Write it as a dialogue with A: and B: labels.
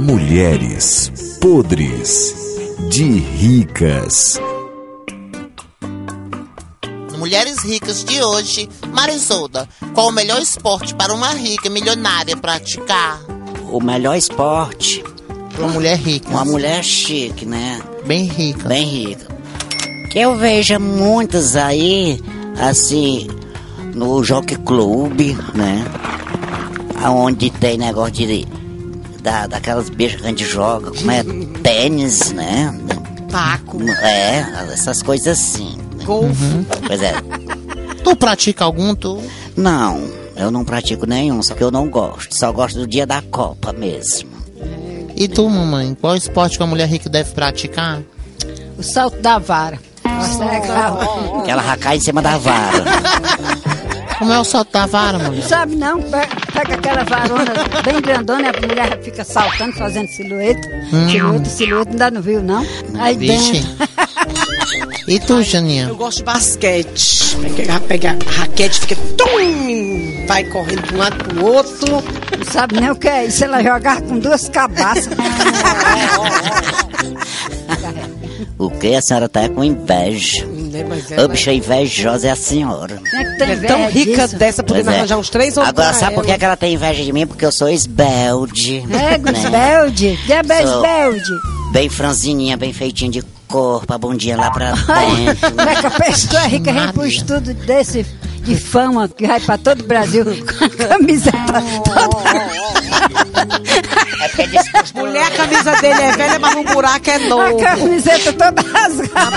A: Mulheres podres de ricas.
B: Mulheres Ricas de hoje, Marisolda, qual o melhor esporte para uma rica milionária praticar?
C: O melhor esporte,
B: Para uma mulher rica.
C: uma mulher chique, né?
B: bem rica.
C: Bem rica. Que eu vejo muitas aí, assim, no Jockey Clube, né? Onde tem negócio de. Da, daquelas bichas que a gente joga, como é tênis, né?
B: Taco.
C: É, essas coisas assim.
D: Golfe.
C: Pois é.
B: Tu pratica algum, tu?
C: Não, eu não pratico nenhum, só que eu não gosto. Só gosto do dia da Copa mesmo.
B: E tu, mamãe, qual esporte que uma mulher rica deve praticar?
D: O salto da vara. Nossa, é claro.
C: Que ela já cai em cima da vara.
B: Como é o salto da vara, mulher?
D: Sabe não, pe- pega aquela varona bem grandona, a mulher fica saltando, fazendo silhueta.
E: Hum.
D: Silhueta, silhueta, ainda não viu, não? Aí
B: Vixe.
D: dentro.
B: E tu, Janinha?
E: Eu gosto de basquete. É que ela Pega a raquete, fica. Tum, vai correndo de um lado pro outro.
D: Não sabe nem o que é isso, ela jogar com duas cabaças.
C: O que? A senhora tá com inveja.
E: Né, mas
C: A
E: ela
C: bicha invejosa é a senhora.
D: Quem é que tem
E: é tão
D: inveja
E: rica
D: disso?
E: dessa,
C: Pois
E: podemos
C: é.
E: arranjar uns três ou
C: Agora, sabe por que é que ela tem inveja de mim? Porque eu sou esbelde.
D: É,
E: Né?
D: Gusbelde. Que é
C: Sou.
D: Gusbelde?
C: Bem franzininha, bem feitinha de corpo, a bundinha lá pra dentro.
D: Como é que a pessoa rica vem pro estudo desse de fama que vai pra todo o Brasil com a camiseta toda.
C: É porque diz-
E: Mulher, a camisa dele é velha, mas um buraco é
D: A
E: novo.
D: camiseta toda rasgada.